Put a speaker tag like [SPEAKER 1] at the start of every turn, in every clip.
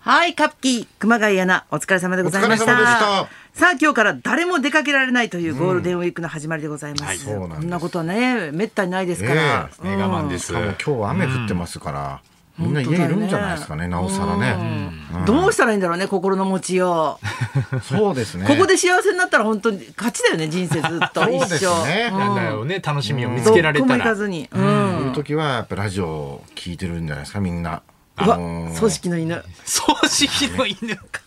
[SPEAKER 1] はい、カッキー、熊谷アナ、お疲れ様でございました。
[SPEAKER 2] お疲れ様でした
[SPEAKER 1] さあ、今日から誰も出かけられないというゴールデンウィークの始まりでございます。
[SPEAKER 2] うんはいそうなんです
[SPEAKER 1] こんなことはね、めったにないですから。
[SPEAKER 2] ええメガマンです。
[SPEAKER 3] しかも今日は雨降ってますから、みんな家いるんじゃないですかね、なおさらね。
[SPEAKER 1] うんどうしたらいいんだろうね、心の持ちよ
[SPEAKER 3] そうです
[SPEAKER 1] う。
[SPEAKER 3] ね。
[SPEAKER 1] ここで幸せになったら、本当に勝ちだよね、人生ずっと
[SPEAKER 3] そう
[SPEAKER 1] 一生。
[SPEAKER 3] ですね
[SPEAKER 1] うん
[SPEAKER 4] なんだろうね、楽しみを見つ
[SPEAKER 1] ど
[SPEAKER 4] けられ
[SPEAKER 1] こも
[SPEAKER 4] た。
[SPEAKER 1] 行からずに。うん。
[SPEAKER 3] いう時はやっぱラジオを聞いてるんじゃないですか、みんな。
[SPEAKER 1] うわ、組織の犬。
[SPEAKER 4] 葬式の犬か。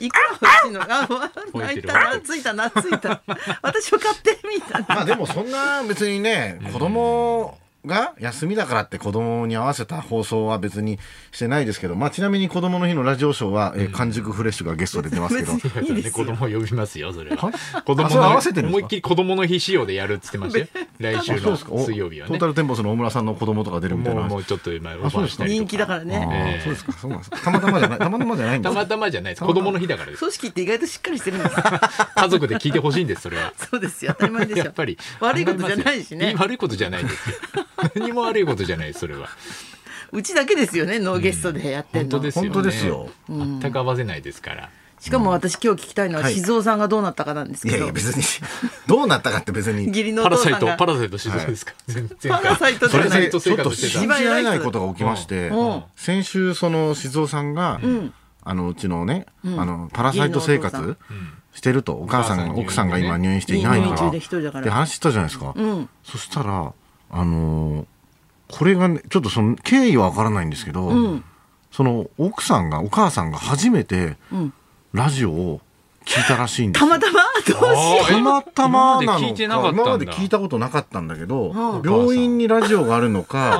[SPEAKER 1] 行くの欲しいのが、
[SPEAKER 4] 吠え
[SPEAKER 1] 泣
[SPEAKER 4] て
[SPEAKER 1] い
[SPEAKER 4] る
[SPEAKER 1] た、なついた、なついた。私を買ってみたいな。
[SPEAKER 3] まあでもそんな別にね、子供が休みだからって子供に合わせた放送は別にしてないですけど、まあちなみに子供の日のラジオショーは、えー完熟フレッシュがゲストで出ますけど、
[SPEAKER 1] 別にいいです
[SPEAKER 4] 子
[SPEAKER 1] よ。
[SPEAKER 4] 供を呼びますよ、それは。子供
[SPEAKER 3] あそれ
[SPEAKER 4] の
[SPEAKER 3] 合わせてるんですか
[SPEAKER 4] 思いっきり子供の日仕様でやるって言ってましたよ。 来
[SPEAKER 3] そう
[SPEAKER 4] 週の
[SPEAKER 3] ですか。お
[SPEAKER 4] 水曜日は
[SPEAKER 3] トー
[SPEAKER 4] ね
[SPEAKER 3] タ。ルテンボスの大村さんの子供とか出るみたい
[SPEAKER 4] も
[SPEAKER 3] な
[SPEAKER 4] う、
[SPEAKER 3] 話。
[SPEAKER 4] もうちょっと今、オフ
[SPEAKER 3] あそう
[SPEAKER 4] ァー
[SPEAKER 3] です
[SPEAKER 4] し
[SPEAKER 3] か
[SPEAKER 4] たりと
[SPEAKER 1] 人気だからね。
[SPEAKER 3] ああそうですか。そうなんですか。たまたまじゃない。たまたまじゃないんで
[SPEAKER 4] た
[SPEAKER 3] すか。
[SPEAKER 4] またまじゃないです。子供の日だからです。
[SPEAKER 1] 組織って意外としっかりしてるんですよ。
[SPEAKER 4] 家族で聞いてほしいんです、それは。
[SPEAKER 1] そうですよ。当たり前でしょ。
[SPEAKER 4] やっぱり。
[SPEAKER 1] 悪いことじゃないしね
[SPEAKER 4] いい。悪いことじゃない ですよ。何も悪いことじゃないです、それは。
[SPEAKER 1] うちだけですよね、ノーゲストでやってん
[SPEAKER 4] 本当
[SPEAKER 1] の。
[SPEAKER 4] ですよね。
[SPEAKER 3] 本当ですよ。
[SPEAKER 4] 全く合わせないですから。
[SPEAKER 1] しかも私今日聞きたいのは
[SPEAKER 3] はい
[SPEAKER 1] 静雄さんがどうなったかなんです
[SPEAKER 3] い
[SPEAKER 1] け
[SPEAKER 3] やい
[SPEAKER 1] ど
[SPEAKER 3] や、。別に、 どうなったかって別に。
[SPEAKER 1] 義理のお
[SPEAKER 4] パラ
[SPEAKER 1] 父
[SPEAKER 4] サ
[SPEAKER 1] さ
[SPEAKER 4] イ
[SPEAKER 1] ん
[SPEAKER 4] ト、
[SPEAKER 1] が
[SPEAKER 4] パ。ラサイト静岡ですか。全然。
[SPEAKER 1] パラサイトじ
[SPEAKER 3] そ
[SPEAKER 1] ゃ
[SPEAKER 3] れ
[SPEAKER 1] ない
[SPEAKER 3] で
[SPEAKER 4] と
[SPEAKER 3] ちょっと信じられないことが起きまして、
[SPEAKER 1] うんうん
[SPEAKER 3] 先週その静雄さんが、あのうちのね、あのパラサイト生
[SPEAKER 1] 義理の
[SPEAKER 3] 活してるとお母さんが
[SPEAKER 4] お母さんに
[SPEAKER 3] 奥さんが今入院していない
[SPEAKER 1] 入院
[SPEAKER 3] か
[SPEAKER 1] 中
[SPEAKER 3] ら
[SPEAKER 1] で一人だから
[SPEAKER 3] で話してたじゃないですか、
[SPEAKER 1] ん
[SPEAKER 3] そしたらあのーこれがねちょっとその経緯はわからないんですけど、その奥さんがお母さんが初めてラジオを聞いたらしいんで
[SPEAKER 1] た
[SPEAKER 3] すよ
[SPEAKER 1] またまどうしよ
[SPEAKER 4] あー
[SPEAKER 3] たまたまなのか
[SPEAKER 4] 今まで聞いてなかったんだ
[SPEAKER 3] 今まで聞いたことなかったんだけど、病院にラジオがあるのか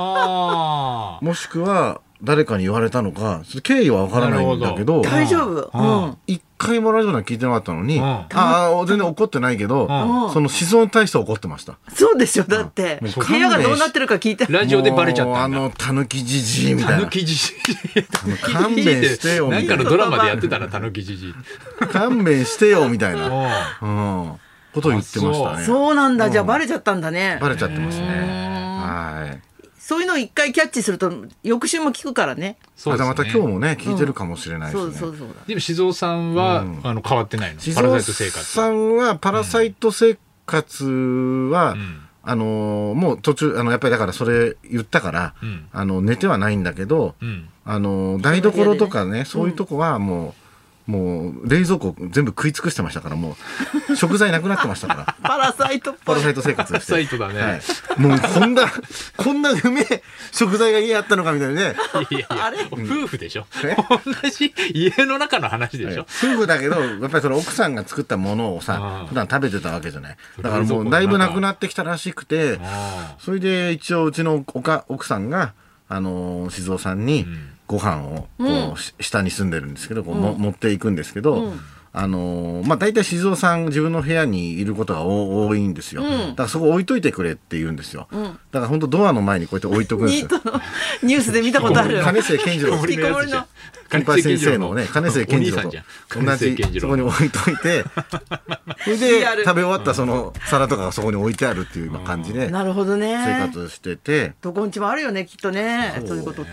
[SPEAKER 4] ああ。
[SPEAKER 3] もしくは誰かに言われたのかそれ経緯はわからないんだけど
[SPEAKER 1] う。大丈夫。うん。
[SPEAKER 3] 一回もラジオなんか聞いてなかったのに、
[SPEAKER 4] ん
[SPEAKER 3] ああ全然怒ってないけど、
[SPEAKER 4] ん
[SPEAKER 3] その思想に対して怒ってました。
[SPEAKER 1] そうでしょ。だって
[SPEAKER 3] もう
[SPEAKER 1] 部屋がどうなってるか聞いて。
[SPEAKER 4] ラジオでバレちゃったんだ。
[SPEAKER 3] もうあのたぬきじじいみた
[SPEAKER 4] た
[SPEAKER 3] い
[SPEAKER 4] ぬ
[SPEAKER 3] な
[SPEAKER 4] きじじい。
[SPEAKER 3] 勘弁してよみ
[SPEAKER 4] な
[SPEAKER 3] た
[SPEAKER 4] ん
[SPEAKER 3] い
[SPEAKER 4] かの
[SPEAKER 3] な
[SPEAKER 4] ドラマでやってたら、たぬきじじい。
[SPEAKER 3] 勘弁してよみたいな、
[SPEAKER 4] あ
[SPEAKER 3] うん、ことを言ってましたね
[SPEAKER 1] そうなんだ。じゃあバレちゃったんだね
[SPEAKER 3] バ。レちゃってますねはい
[SPEAKER 1] そういうのを一回キャッチすると翌週も聞くからね。
[SPEAKER 3] またまた今日
[SPEAKER 4] も。
[SPEAKER 3] もね聞いてるかもしれないで
[SPEAKER 1] そ
[SPEAKER 3] す
[SPEAKER 1] う
[SPEAKER 3] ね
[SPEAKER 1] そうそうだ。
[SPEAKER 4] でも、静雄さんは、あの、変わってないの。
[SPEAKER 3] 静
[SPEAKER 4] パラサ
[SPEAKER 3] 雄
[SPEAKER 4] イト生活
[SPEAKER 3] さ。んはパラサイト生活は、
[SPEAKER 4] ん
[SPEAKER 3] あのーもう途中あのやっぱりだからそれ言ったから、
[SPEAKER 4] ん
[SPEAKER 3] あの寝てはないんだけど、
[SPEAKER 4] うん。
[SPEAKER 3] あのー台所とかねそういうとこはもう、もう冷蔵庫全部食い尽くしてましたからもう食材なくなってました から。
[SPEAKER 1] パラサイトっぽ
[SPEAKER 3] パ
[SPEAKER 1] い
[SPEAKER 3] ラ。サイト生活をして
[SPEAKER 4] サイトだね
[SPEAKER 3] はいもうこんなこんなうめえ食材が家あったのかみたいなね
[SPEAKER 4] いやいや
[SPEAKER 1] あれ
[SPEAKER 4] 夫婦でしょ
[SPEAKER 3] え
[SPEAKER 4] 同じ家の中の話でしょ
[SPEAKER 3] 夫婦だけどやっぱりその奥さんが作ったものを
[SPEAKER 4] あ
[SPEAKER 3] さ
[SPEAKER 4] ー
[SPEAKER 3] 普段食べてたわけじゃない
[SPEAKER 4] それ
[SPEAKER 3] だからもうだいぶなくなってきたらしくて
[SPEAKER 4] あ
[SPEAKER 3] それで一応うちのおか奥さんが、あのー静雄さんにご飯をこう、し下に住んでるんですけどこうも、持っていくんですけど、あのーまあ、大体静雄さん自分の部屋にいることがお多いんですよ、だからそこ置いといてくれって言うんですよ、だから本当ドアの前にこうやって置いとくんです
[SPEAKER 1] ニ
[SPEAKER 3] よ
[SPEAKER 1] ートのニュースで見たことある。
[SPEAKER 3] 金瀬健次郎
[SPEAKER 1] 引きこもりの
[SPEAKER 3] 金八先生のね金瀬健次郎
[SPEAKER 4] お兄さん
[SPEAKER 3] と
[SPEAKER 4] じゃん
[SPEAKER 3] 同じそこに置いといてそれで
[SPEAKER 1] リアル
[SPEAKER 3] 食べ終わったその皿とかがそこに置いてあるっていう今感じで
[SPEAKER 1] なるほどね。
[SPEAKER 3] 生活してて。
[SPEAKER 1] どこんちもあるよねきっとねそういうことって。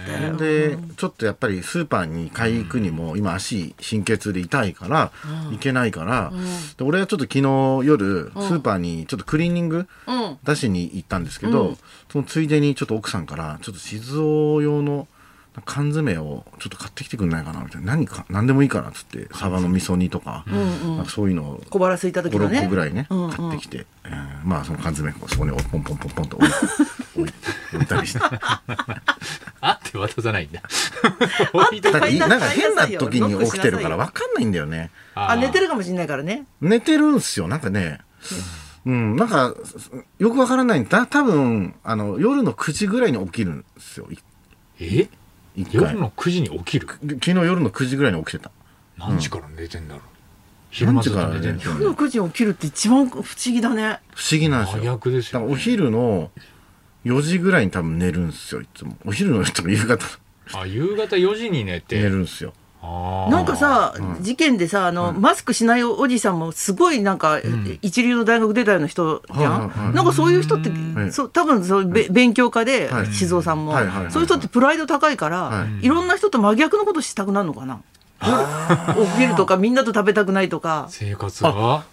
[SPEAKER 3] でちょっとやっぱりスーパーに買い行くにも今足神経痛で痛いから行けないからで俺はちょっと昨日夜スーパーにちょっとクリーニング
[SPEAKER 1] うん
[SPEAKER 3] 出しに行ったんですけどそのついでにちょっと奥さんからちょっと静雄用の缶詰をちょっと買ってきてくんないかなみたいな何か何でもいいからっつってサバの味噌煮とかなんかそういうのを
[SPEAKER 1] 小腹空いた時の
[SPEAKER 3] 56
[SPEAKER 1] ね。
[SPEAKER 3] 個ぐらいね
[SPEAKER 1] うんうん
[SPEAKER 3] 買ってきてえーまあその缶詰をそこにポンポンポンポンと置いて置い置いた りして。
[SPEAKER 4] あって渡さないんだ
[SPEAKER 3] だから
[SPEAKER 1] 買
[SPEAKER 3] い
[SPEAKER 1] いな
[SPEAKER 3] なんか
[SPEAKER 1] 買いな
[SPEAKER 3] 変
[SPEAKER 1] さ
[SPEAKER 3] ない
[SPEAKER 1] よ
[SPEAKER 3] 時に起きてるから
[SPEAKER 1] ノ
[SPEAKER 3] 分かんないんだよね
[SPEAKER 1] あ寝て
[SPEAKER 4] る
[SPEAKER 1] るかもしれないからね。
[SPEAKER 3] 寝てるんすよなんかねうんなんかよく分からないんだ多分あの夜の9時ぐらいに起きるんですよい
[SPEAKER 4] え
[SPEAKER 3] 一回
[SPEAKER 4] 夜の9時に起きる
[SPEAKER 3] 昨日夜の9時ぐらいに起きてた
[SPEAKER 4] 何時から寝てんだろう昼間ずっと寝てん
[SPEAKER 3] 何時か
[SPEAKER 4] の
[SPEAKER 3] ら
[SPEAKER 1] 夜の9時に起きるって一番不思議だね。
[SPEAKER 3] 不思議なんですよ
[SPEAKER 4] 真逆ですよ
[SPEAKER 3] だからお昼の4時ぐらいに多分寝るんすよいつもお昼の人も夕方
[SPEAKER 4] あ夕方4時に寝
[SPEAKER 3] 寝
[SPEAKER 4] て
[SPEAKER 3] るんすよ
[SPEAKER 4] あー
[SPEAKER 1] なんかさ、事件でさあの、マスクしないおじさんもすごいなんか、一流の大学出たような人じゃん、
[SPEAKER 3] はいはいはい
[SPEAKER 1] なんかそういう人って、
[SPEAKER 3] い
[SPEAKER 1] そう多分そうべ勉強家で、
[SPEAKER 3] はい
[SPEAKER 1] 静雄さんも、
[SPEAKER 3] はいはいはいはい
[SPEAKER 1] そういう人ってプライド高いから、、
[SPEAKER 3] はい
[SPEAKER 1] ろんな人と真逆のことしたくなるのかな。起きるとかみんなと食べたくないとか
[SPEAKER 4] 生活が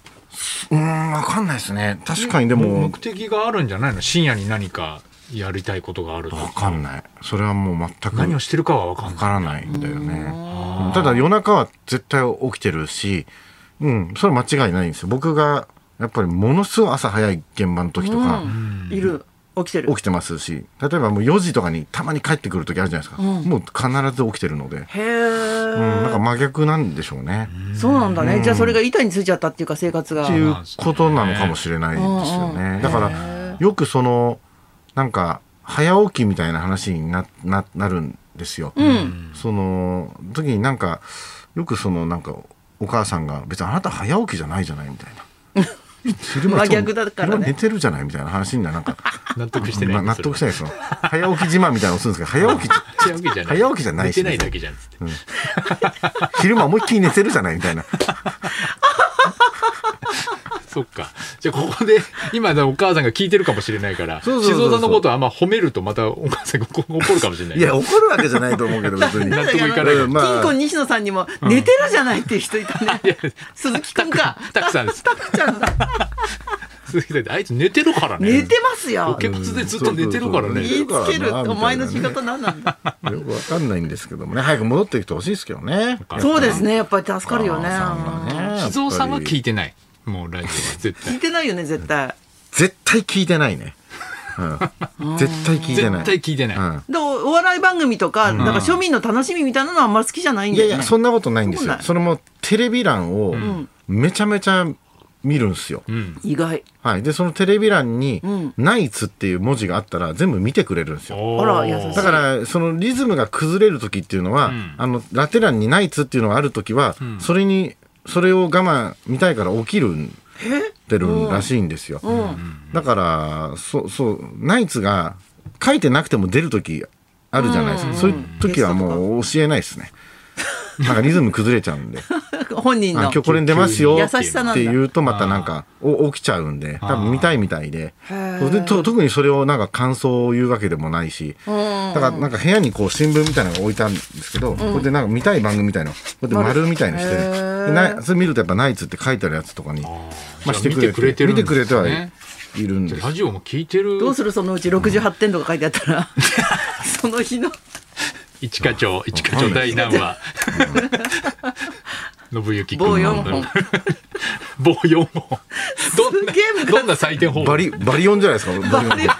[SPEAKER 3] うーんわかんないですね確かにでも
[SPEAKER 4] 目的があるんじゃないの深夜に何かやりたいことがあると
[SPEAKER 3] わかんないそれはもう全く
[SPEAKER 4] 何をしてるかはわかん
[SPEAKER 3] わ
[SPEAKER 4] ない
[SPEAKER 3] からないんだよねただ夜中は絶対起きてるしうんそれは間違いないんですよ僕がやっぱりものすごい朝早い現場の時とか、
[SPEAKER 1] いる起きてる
[SPEAKER 3] 起きてますし例えばもう4時とかにたまに帰ってくる時あるじゃないですか、もう必ず起きてるので、
[SPEAKER 1] へ
[SPEAKER 3] うん、なんか
[SPEAKER 1] え
[SPEAKER 3] 真逆なんでしょうね、
[SPEAKER 1] そうなんだねじゃあそれが板についちゃったっていうか生活が
[SPEAKER 3] っていうことなのかもしれないですよ
[SPEAKER 1] うんう
[SPEAKER 3] ね
[SPEAKER 1] ん。
[SPEAKER 3] だからよくそのなんか早起きみたいな話になななるんですよ。
[SPEAKER 1] うん
[SPEAKER 3] その時になんかよくそのなんかお母さんが別にあなた早起きじゃないじゃないみたいな。昼
[SPEAKER 1] 真逆だからね
[SPEAKER 3] 昼間寝てるじゃないみたいな話にはなんか
[SPEAKER 4] 納得してない
[SPEAKER 3] まあ納得してないですよ。早起き自慢みたいなのするんですけど早起き
[SPEAKER 4] 早起きじゃない
[SPEAKER 3] 早起きじゃないし
[SPEAKER 4] 寝てないだけじゃんっつって
[SPEAKER 3] 昼間思いっきり寝てるじゃないみたいな。
[SPEAKER 4] そっかじゃあここで 今お母さんが聞いてるかもしれないから
[SPEAKER 3] そうそうそうそう
[SPEAKER 4] 静雄さんのことをあんま褒めるとまたお母さんが怒怒るかもしれない
[SPEAKER 3] いや怒るわけじゃないと思うけど別 に。
[SPEAKER 4] 納得いかない
[SPEAKER 3] うんまあ
[SPEAKER 1] 金庫西野さんにも寝てるじゃないっていう人いたね。鈴木くんか。
[SPEAKER 4] たくさんです
[SPEAKER 1] たくちゃんだ。
[SPEAKER 4] 鈴木さんあいつ寝てるからね
[SPEAKER 1] 寝てます
[SPEAKER 4] ロ
[SPEAKER 1] よ
[SPEAKER 4] ケ。バスでずっと寝てるからね
[SPEAKER 1] 言いつける。お前の仕
[SPEAKER 3] みたいな
[SPEAKER 1] 事何なんだ。
[SPEAKER 3] ねよくわかんないんですけどもね早く戻ってきてほしいですけどね
[SPEAKER 4] か
[SPEAKER 1] そうですね。やっぱり助かるよね。
[SPEAKER 4] 静雄さんは聞い
[SPEAKER 3] て
[SPEAKER 4] てないもうラジオは絶
[SPEAKER 1] 聞い
[SPEAKER 4] 対
[SPEAKER 1] てないよね、絶対。
[SPEAKER 3] 絶対聞いてないね、うん、絶対聞いてない
[SPEAKER 4] 絶対聞いてない、
[SPEAKER 3] うん
[SPEAKER 1] で、おお笑い番組とか、なんか庶民の楽しみみたいなのはあんまり好きじゃないん
[SPEAKER 3] い
[SPEAKER 1] だ
[SPEAKER 3] や
[SPEAKER 1] よ
[SPEAKER 3] い
[SPEAKER 1] ね。
[SPEAKER 3] やそんなことないんです
[SPEAKER 1] そう
[SPEAKER 3] よ
[SPEAKER 1] なん
[SPEAKER 3] それもテレビ欄をめちゃめちゃ見るんですよ、
[SPEAKER 4] うん
[SPEAKER 1] 意外。
[SPEAKER 3] はい、でそのテレビ欄に
[SPEAKER 1] ん
[SPEAKER 3] 「ナイツ」っていう文字があったら全部見てくれるんですよ
[SPEAKER 4] おー
[SPEAKER 1] あら優しい
[SPEAKER 3] だからそのリズムが崩れる時っていうのは、
[SPEAKER 4] ん
[SPEAKER 3] あのラテ欄にナイツっていうのがある時は、それにそれを我慢見たいから起きるんてるらしいんですよ、だからそうそうナイツが書いてなくても出る時あるじゃないですか、そういう時はもう教えないですねなんかリズム崩れちゃうん であ
[SPEAKER 1] 本人
[SPEAKER 3] 今
[SPEAKER 1] の
[SPEAKER 3] 日。これ出ますよ
[SPEAKER 1] 優しさなん
[SPEAKER 3] って
[SPEAKER 1] だ。
[SPEAKER 3] 言うとまたなんかお起きちゃうんで多分見たいみたいで
[SPEAKER 1] へ
[SPEAKER 3] でと特にそれをなんか感想を言うわけでもないしだからなんか部屋にこう新聞みたいなのが置いたんですけど、これでなんか見たい番組みたいなのこうやって丸みたいにして
[SPEAKER 1] へ
[SPEAKER 3] でなそれ見るとやっぱ「ナイツ」って書いてあるやつとかにまあしてくれて
[SPEAKER 4] 見てくれてるん
[SPEAKER 3] 見
[SPEAKER 4] で
[SPEAKER 3] て
[SPEAKER 4] すね
[SPEAKER 3] くれてはいいるんです
[SPEAKER 4] ラジオも聞いてる
[SPEAKER 1] どうするそのうち68点とか書いてあったら。その日の。
[SPEAKER 4] 一課長一課長第何話信行君
[SPEAKER 1] 棒四本
[SPEAKER 4] 棒4本どん
[SPEAKER 1] す
[SPEAKER 4] な
[SPEAKER 1] げえ昔
[SPEAKER 4] どんな採点方法
[SPEAKER 3] バリバリ音じゃないですかバリ音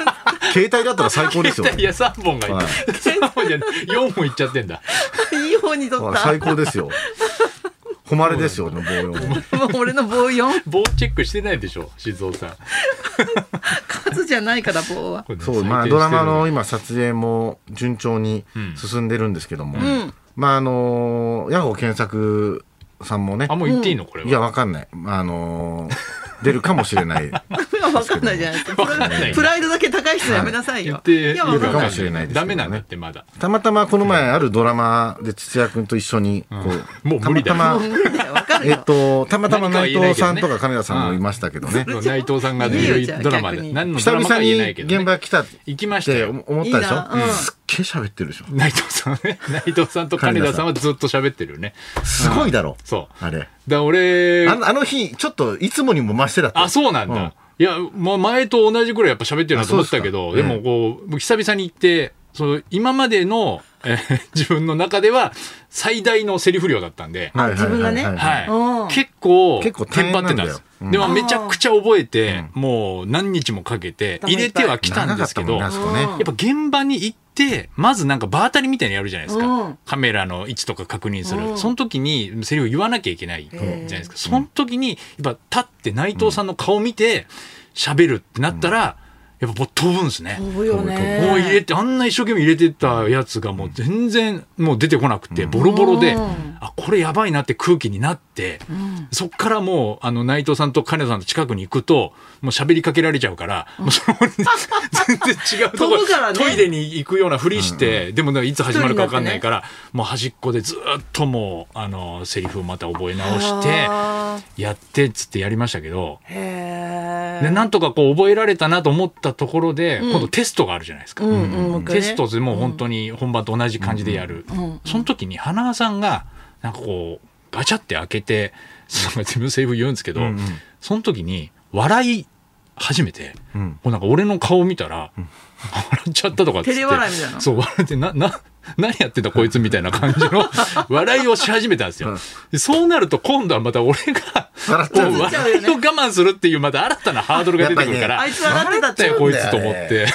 [SPEAKER 3] 携帯だったら最高ですよ
[SPEAKER 4] いや3本がいい、
[SPEAKER 3] はい
[SPEAKER 4] 3本じゃない4本いっちゃってんだ
[SPEAKER 1] いい方にとっ
[SPEAKER 3] あ
[SPEAKER 1] た。
[SPEAKER 3] 最高ですよ誉れですよね棒音
[SPEAKER 1] もう俺の棒4。
[SPEAKER 4] 棒チェックしてないでしょ静雄さん
[SPEAKER 1] 数じゃないから棒は。
[SPEAKER 4] これね
[SPEAKER 3] そう、まあ、
[SPEAKER 4] 採点してる
[SPEAKER 3] ドラマの今、撮影も順調に進んでるんですけども、まあ、あのー、矢後健作さんもね
[SPEAKER 4] あ、もう言っていいのこれは、
[SPEAKER 3] いや、わかんない。まあ、あのー、出るかもしれない。か
[SPEAKER 1] わかんないじゃないですか。プ
[SPEAKER 4] んない
[SPEAKER 1] ラプライドだけ高い人やめなさい
[SPEAKER 4] 言っ
[SPEAKER 1] よ。
[SPEAKER 4] てい
[SPEAKER 1] い
[SPEAKER 4] いの
[SPEAKER 1] や、わ
[SPEAKER 4] か
[SPEAKER 1] か
[SPEAKER 4] わ
[SPEAKER 1] んな
[SPEAKER 4] かんない
[SPEAKER 3] も。しれないですけど
[SPEAKER 4] ダ
[SPEAKER 3] ね
[SPEAKER 4] メなんだってまだ
[SPEAKER 3] たまたま、この前、あるドラマで土屋くんと一緒に、こう、
[SPEAKER 4] もう無理
[SPEAKER 3] た
[SPEAKER 4] だ
[SPEAKER 3] またま、
[SPEAKER 1] 無理だよわかる
[SPEAKER 3] えっ
[SPEAKER 1] よ。
[SPEAKER 3] と、たまたま
[SPEAKER 4] 何かは
[SPEAKER 3] 内
[SPEAKER 4] 言えない
[SPEAKER 3] 藤
[SPEAKER 4] け
[SPEAKER 3] さ
[SPEAKER 4] どね
[SPEAKER 3] んとか金田さんもいましたけどね、
[SPEAKER 1] うん
[SPEAKER 4] 内藤さんが出
[SPEAKER 1] いいよじゃ
[SPEAKER 4] る
[SPEAKER 1] あ
[SPEAKER 4] ドラマ
[SPEAKER 1] 逆
[SPEAKER 4] で
[SPEAKER 1] に
[SPEAKER 4] 何のド
[SPEAKER 3] 久
[SPEAKER 4] ラマか
[SPEAKER 3] 々
[SPEAKER 4] は
[SPEAKER 3] に
[SPEAKER 4] 言えないけど、ね、
[SPEAKER 3] 現場来たっ
[SPEAKER 4] 行きました
[SPEAKER 3] て
[SPEAKER 4] よ
[SPEAKER 3] 思ったでし
[SPEAKER 1] いいなうん
[SPEAKER 3] ょすっげえ喋ってるでしょ。
[SPEAKER 4] 内藤さんは ね内藤さんと金田さんはずっと喋ってるよね
[SPEAKER 3] すごいだろ。
[SPEAKER 4] そう
[SPEAKER 3] あれ。
[SPEAKER 4] だ俺
[SPEAKER 3] あのあの日、ちょっと、いつもにも増してだった。
[SPEAKER 4] あ、そうなんだ。
[SPEAKER 3] うん
[SPEAKER 4] いや、まあ、前と同じぐらいやっぱ喋ってるなと思ったけど、
[SPEAKER 3] あ
[SPEAKER 4] で
[SPEAKER 3] そうですか
[SPEAKER 4] もこう、久々に行って、その今までの、えー自分の中では最大のセリフ量だったんで、
[SPEAKER 3] はいはいはいはい
[SPEAKER 1] 自分がねう
[SPEAKER 4] は
[SPEAKER 1] ん
[SPEAKER 4] い、結構
[SPEAKER 3] 結構大
[SPEAKER 4] テン
[SPEAKER 3] 変
[SPEAKER 4] パ
[SPEAKER 3] な
[SPEAKER 4] っ
[SPEAKER 3] ん
[SPEAKER 4] てた
[SPEAKER 3] だよ
[SPEAKER 4] んです、
[SPEAKER 3] うん
[SPEAKER 4] でもめちゃくちゃ覚えて、もう何日もかけて
[SPEAKER 1] 頭いっ
[SPEAKER 4] 入
[SPEAKER 1] ぱい
[SPEAKER 4] れてはきたんですけど、
[SPEAKER 3] 長かったもんねあそこ
[SPEAKER 4] やっぱ現場に行って、まずなんか場当たりみたいにやるじゃないですか。
[SPEAKER 1] うん
[SPEAKER 4] カメラの位置とか確認する。
[SPEAKER 1] うん
[SPEAKER 4] その時にセリフ言わなきゃいけないじゃないですか。その時に、やっぱ立って内藤さんの顔見て喋るってなったら、やっぱ飛ぶんですね。
[SPEAKER 1] 飛ぶよね。
[SPEAKER 4] もう入れて、あんな一生懸命入れてたやつがもう全然もう出てこなくて、ボロボロで、
[SPEAKER 1] うん
[SPEAKER 4] あ、これやばいなって空気になって、そっからもう、あの、内藤さんと金田さんの近くに行くと、もう喋りかけられちゃうから、もうその、全然違うとこ
[SPEAKER 1] 飛ぶからね
[SPEAKER 4] トイレに行くようなふりして、でもなんかいつ始まるか分かんないから、もう端っこでずーっともう、あの、セリフをまた覚え直して、
[SPEAKER 1] あ
[SPEAKER 4] やってっつってやりましたけど、
[SPEAKER 1] ーへ
[SPEAKER 4] で
[SPEAKER 1] え。
[SPEAKER 4] なんとかこう覚えられたなと思ったところで、今度テストがあるじゃないですか。
[SPEAKER 1] うんうんもう一回ね
[SPEAKER 4] テストでもう本当に本番と同じ感じでやる、
[SPEAKER 1] ん
[SPEAKER 4] その時に花輪さんがなんかこうガチャって開けてその自分のセリフ言うんですけど、
[SPEAKER 3] ん
[SPEAKER 4] その時に笑い始めて、
[SPEAKER 3] うん
[SPEAKER 4] もうなんか俺の顔見たら、笑っちゃったとかっつって
[SPEAKER 1] 照れ笑いみたいな
[SPEAKER 4] そう笑ってな な何やってんだこいつみたいな感じの笑いをし始めたんですよ、
[SPEAKER 3] うん
[SPEAKER 4] でそうなると今度はまた俺が
[SPEAKER 3] 笑っちゃう
[SPEAKER 4] もう笑いを我慢するっていうまた新たなハードルが出てくるから、
[SPEAKER 1] あいつ笑ってたっ
[SPEAKER 4] だ
[SPEAKER 1] ちゃ
[SPEAKER 4] よ
[SPEAKER 1] う
[SPEAKER 4] こ
[SPEAKER 1] ん
[SPEAKER 4] い
[SPEAKER 1] だ
[SPEAKER 4] つ
[SPEAKER 1] よ。
[SPEAKER 4] と思って。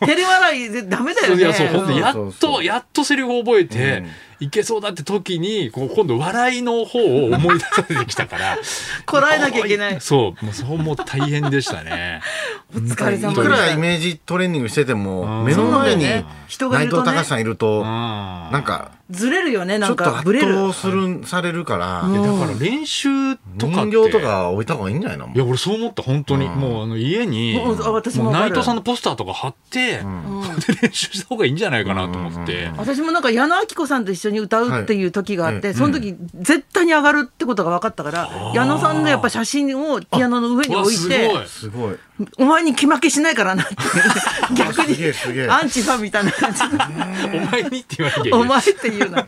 [SPEAKER 1] 照れ笑いでダメだよ
[SPEAKER 4] い
[SPEAKER 1] ね。
[SPEAKER 4] やそう本当にやっ
[SPEAKER 3] そうそうそ
[SPEAKER 4] と
[SPEAKER 3] う
[SPEAKER 4] やっとセリフを覚えて、いけそうだって時にこう今度笑いの方を思い出されてきたから
[SPEAKER 1] こらえなきゃいけない。
[SPEAKER 4] そうもうそうもう大変でしたね
[SPEAKER 1] お疲れ様
[SPEAKER 3] いくらイ
[SPEAKER 1] で
[SPEAKER 3] メージトレーニングしてて
[SPEAKER 4] う
[SPEAKER 3] も
[SPEAKER 4] ん
[SPEAKER 3] 目の前に
[SPEAKER 1] そうだよね人がい
[SPEAKER 3] 内
[SPEAKER 1] ると
[SPEAKER 3] 藤
[SPEAKER 1] ね
[SPEAKER 3] 隆さんいると
[SPEAKER 4] な
[SPEAKER 3] なんか
[SPEAKER 1] ずれるよね。
[SPEAKER 3] ち
[SPEAKER 1] な
[SPEAKER 3] ょ
[SPEAKER 1] ん
[SPEAKER 3] っと
[SPEAKER 1] かブ
[SPEAKER 3] 圧
[SPEAKER 1] レる。
[SPEAKER 3] 倒するされるから
[SPEAKER 1] うん
[SPEAKER 4] だから練習とかっ
[SPEAKER 3] 人
[SPEAKER 4] て
[SPEAKER 3] 形とか置いた方がいいんじゃないの
[SPEAKER 4] いや俺そう思った本当に、
[SPEAKER 3] うん
[SPEAKER 4] もうあの家に
[SPEAKER 1] もうあ私もわか
[SPEAKER 4] 内
[SPEAKER 1] る
[SPEAKER 4] 藤さんのポスターとか貼って、
[SPEAKER 1] うん
[SPEAKER 4] で練習した方がいいんじゃないかなと思って、
[SPEAKER 3] うん
[SPEAKER 1] 私もなんか矢野顕子さんと一緒に歌うっていう時があって、
[SPEAKER 3] はい
[SPEAKER 1] その時絶対に上がるってことが分かったから、矢野さんのやっぱ写真をピアノの上に
[SPEAKER 4] わ
[SPEAKER 1] 置い
[SPEAKER 4] すごい
[SPEAKER 1] て
[SPEAKER 3] すごい
[SPEAKER 1] お前に気負けしないからなって 言って逆
[SPEAKER 3] すげえすげえ
[SPEAKER 1] に アンチファンみたいな感じ
[SPEAKER 4] お前にって言わなきゃいけ
[SPEAKER 1] で
[SPEAKER 4] ない
[SPEAKER 1] お前っていうな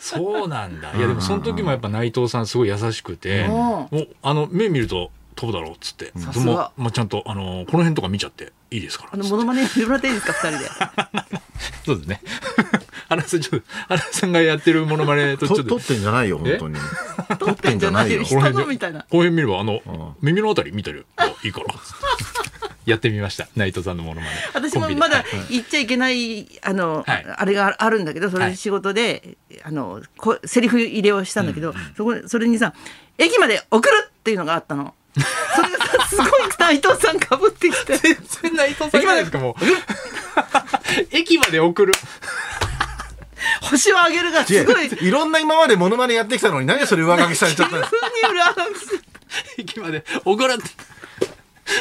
[SPEAKER 4] そうなんだ。いやでもその時もやっぱ内藤さんすごい優しくて、
[SPEAKER 1] うん
[SPEAKER 4] もうあの目見ると飛ぶだろうっつって、
[SPEAKER 1] さ
[SPEAKER 4] です
[SPEAKER 1] が
[SPEAKER 4] もまあちゃんとあのこの辺とか見ちゃっていいですから
[SPEAKER 1] あ。のモノマネやってもらっていいですか二人で
[SPEAKER 4] そうですね。原さんちょっと原さんがやってるモノマネとちょ
[SPEAKER 3] と
[SPEAKER 4] っ
[SPEAKER 3] 撮
[SPEAKER 4] と。
[SPEAKER 3] ってんじゃないよ本当に撮っ
[SPEAKER 1] 撮って
[SPEAKER 3] て
[SPEAKER 1] ん
[SPEAKER 3] ん
[SPEAKER 1] じ
[SPEAKER 3] じ
[SPEAKER 1] ゃ
[SPEAKER 3] ゃ
[SPEAKER 1] な
[SPEAKER 3] ないい
[SPEAKER 1] よ
[SPEAKER 3] よ
[SPEAKER 1] 人のみたいな
[SPEAKER 4] この辺見ればあの、
[SPEAKER 3] ん
[SPEAKER 4] 耳のあたり見てるあいいからっつってやってみました内藤さんのモノマネ
[SPEAKER 1] 私
[SPEAKER 4] コ
[SPEAKER 1] も
[SPEAKER 4] ンビで
[SPEAKER 1] まだ
[SPEAKER 4] はい
[SPEAKER 1] 言っちゃいけない、あの、
[SPEAKER 4] はい
[SPEAKER 1] あれがあるんだけど、そ
[SPEAKER 4] は
[SPEAKER 1] れ
[SPEAKER 4] い
[SPEAKER 1] 仕事で、あの、こセリフ入れをしたんだけど、そこにそれにさ、駅まで送るっていうのがあったの。 それがさ、すごい内藤さんかぶってきて。
[SPEAKER 4] 全然内藤さんじゃないですかもう 駅まで送る
[SPEAKER 1] 星をあげるがすごい、急に
[SPEAKER 3] いろんな今までモノマネやってきたのに何でそれ上書きされちゃったの
[SPEAKER 1] 裏拍手
[SPEAKER 4] 駅まで送るって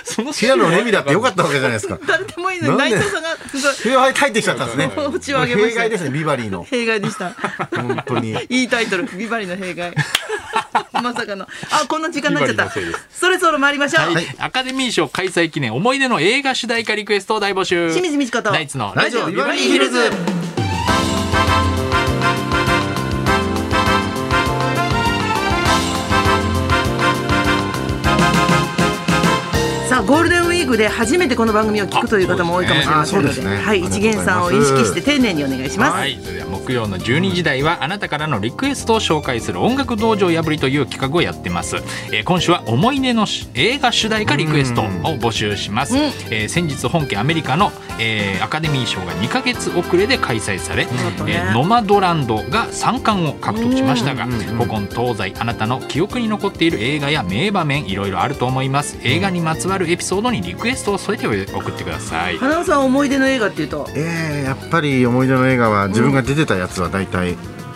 [SPEAKER 4] その
[SPEAKER 3] 平野レミだってよかったわけじゃないですか
[SPEAKER 1] 誰でもいいのに、
[SPEAKER 3] なん
[SPEAKER 1] 内
[SPEAKER 3] で
[SPEAKER 1] 藤さんが、すご
[SPEAKER 3] 平野入ってきちゃったんですね
[SPEAKER 1] い、星をあげま
[SPEAKER 3] 弊害で
[SPEAKER 1] し
[SPEAKER 3] す
[SPEAKER 1] た。
[SPEAKER 3] ねビバリーの
[SPEAKER 1] 弊害で した。
[SPEAKER 3] 本当に
[SPEAKER 1] いいタイトル、ビバリの弊害。まさかの。あ、こんな時間になっちゃっ
[SPEAKER 4] ビ
[SPEAKER 1] た
[SPEAKER 4] バリのせいです。
[SPEAKER 1] そろそろ参りましょう。
[SPEAKER 4] はい、アカデミー賞開催記念思い出の映画主題歌リクエストを大募集
[SPEAKER 1] 清水美智子と
[SPEAKER 4] ナイツの
[SPEAKER 3] ラジオビバリーヒルズ
[SPEAKER 1] さあゴールデンウィークで初めてこの番組を聞くという方も多いかもしれませんの
[SPEAKER 3] あ
[SPEAKER 1] で
[SPEAKER 3] そうですね
[SPEAKER 1] はい、
[SPEAKER 3] ありが
[SPEAKER 1] 一
[SPEAKER 3] とうござい
[SPEAKER 1] 元
[SPEAKER 3] ます
[SPEAKER 1] さんを意識して丁寧にお願いします、
[SPEAKER 4] はい、それでは木曜の12時台はあなたからのリクエストを紹介する音楽道場破りという企画をやってます、えー今週は思い出のし映画主題歌リクエストを募集します、
[SPEAKER 1] うん
[SPEAKER 4] えー先日本家アメリカの、えーアカデミー賞が2ヶ月遅れで開催され、
[SPEAKER 1] だったね
[SPEAKER 4] えーノマドランドが3冠を獲得しましたが、
[SPEAKER 3] うん
[SPEAKER 4] 古今東西あなたの記憶に残っている映画や名場面いろいろあると思います映画にまつわるエピソードにリクエストを添えて送ってください
[SPEAKER 1] 花尾さん思い出の映画っていうと
[SPEAKER 3] えー、やっぱり思い出の映画は自分が出てたやつは大体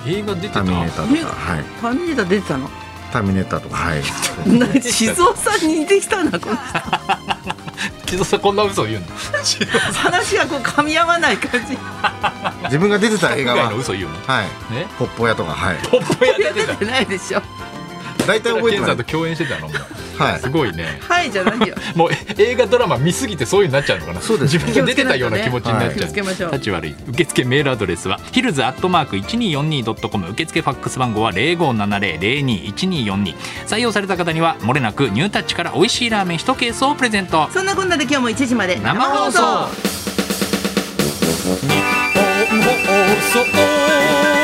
[SPEAKER 4] 映画出て
[SPEAKER 3] 「ターミネーター」とか「はい、
[SPEAKER 1] 「ターミネーター」出てた の
[SPEAKER 3] ターミネーター」とか「はい」
[SPEAKER 1] なんか静雄さんに似てきたなこの人
[SPEAKER 4] 木戸さんこんな嘘を言うの
[SPEAKER 1] 話がこう噛み合わない感じ
[SPEAKER 3] 自分が出てた映画
[SPEAKER 4] 海 外
[SPEAKER 3] は
[SPEAKER 4] の嘘言うの
[SPEAKER 3] 「はい」
[SPEAKER 4] ね
[SPEAKER 3] 「北方屋」とか「はい
[SPEAKER 4] ポップやって
[SPEAKER 1] 出
[SPEAKER 4] た
[SPEAKER 1] てないでしょ
[SPEAKER 3] 大体覚えて
[SPEAKER 4] 健
[SPEAKER 3] な
[SPEAKER 4] さ
[SPEAKER 3] い
[SPEAKER 4] んと」共演してたの
[SPEAKER 3] はい
[SPEAKER 4] すごいね
[SPEAKER 1] はいじゃないよ
[SPEAKER 4] もうえ映画ドラマ見すぎてそういうのになっちゃうのかな
[SPEAKER 3] そうですね
[SPEAKER 4] 自分が出てたような気持ちになっ
[SPEAKER 1] 気
[SPEAKER 4] ち
[SPEAKER 1] を
[SPEAKER 4] ゃう
[SPEAKER 1] つけましょう
[SPEAKER 4] 立ち悪い受付メールアドレスはヒルズアットマーク 1242.com 受付ファックス番号は0570-021242採用された方にはもれなくニュータッチから美味しいラーメン1ケースをプレゼント
[SPEAKER 1] そんなこんなで今日も1時まで
[SPEAKER 4] 生放送
[SPEAKER 1] 生放送
[SPEAKER 4] 日本放送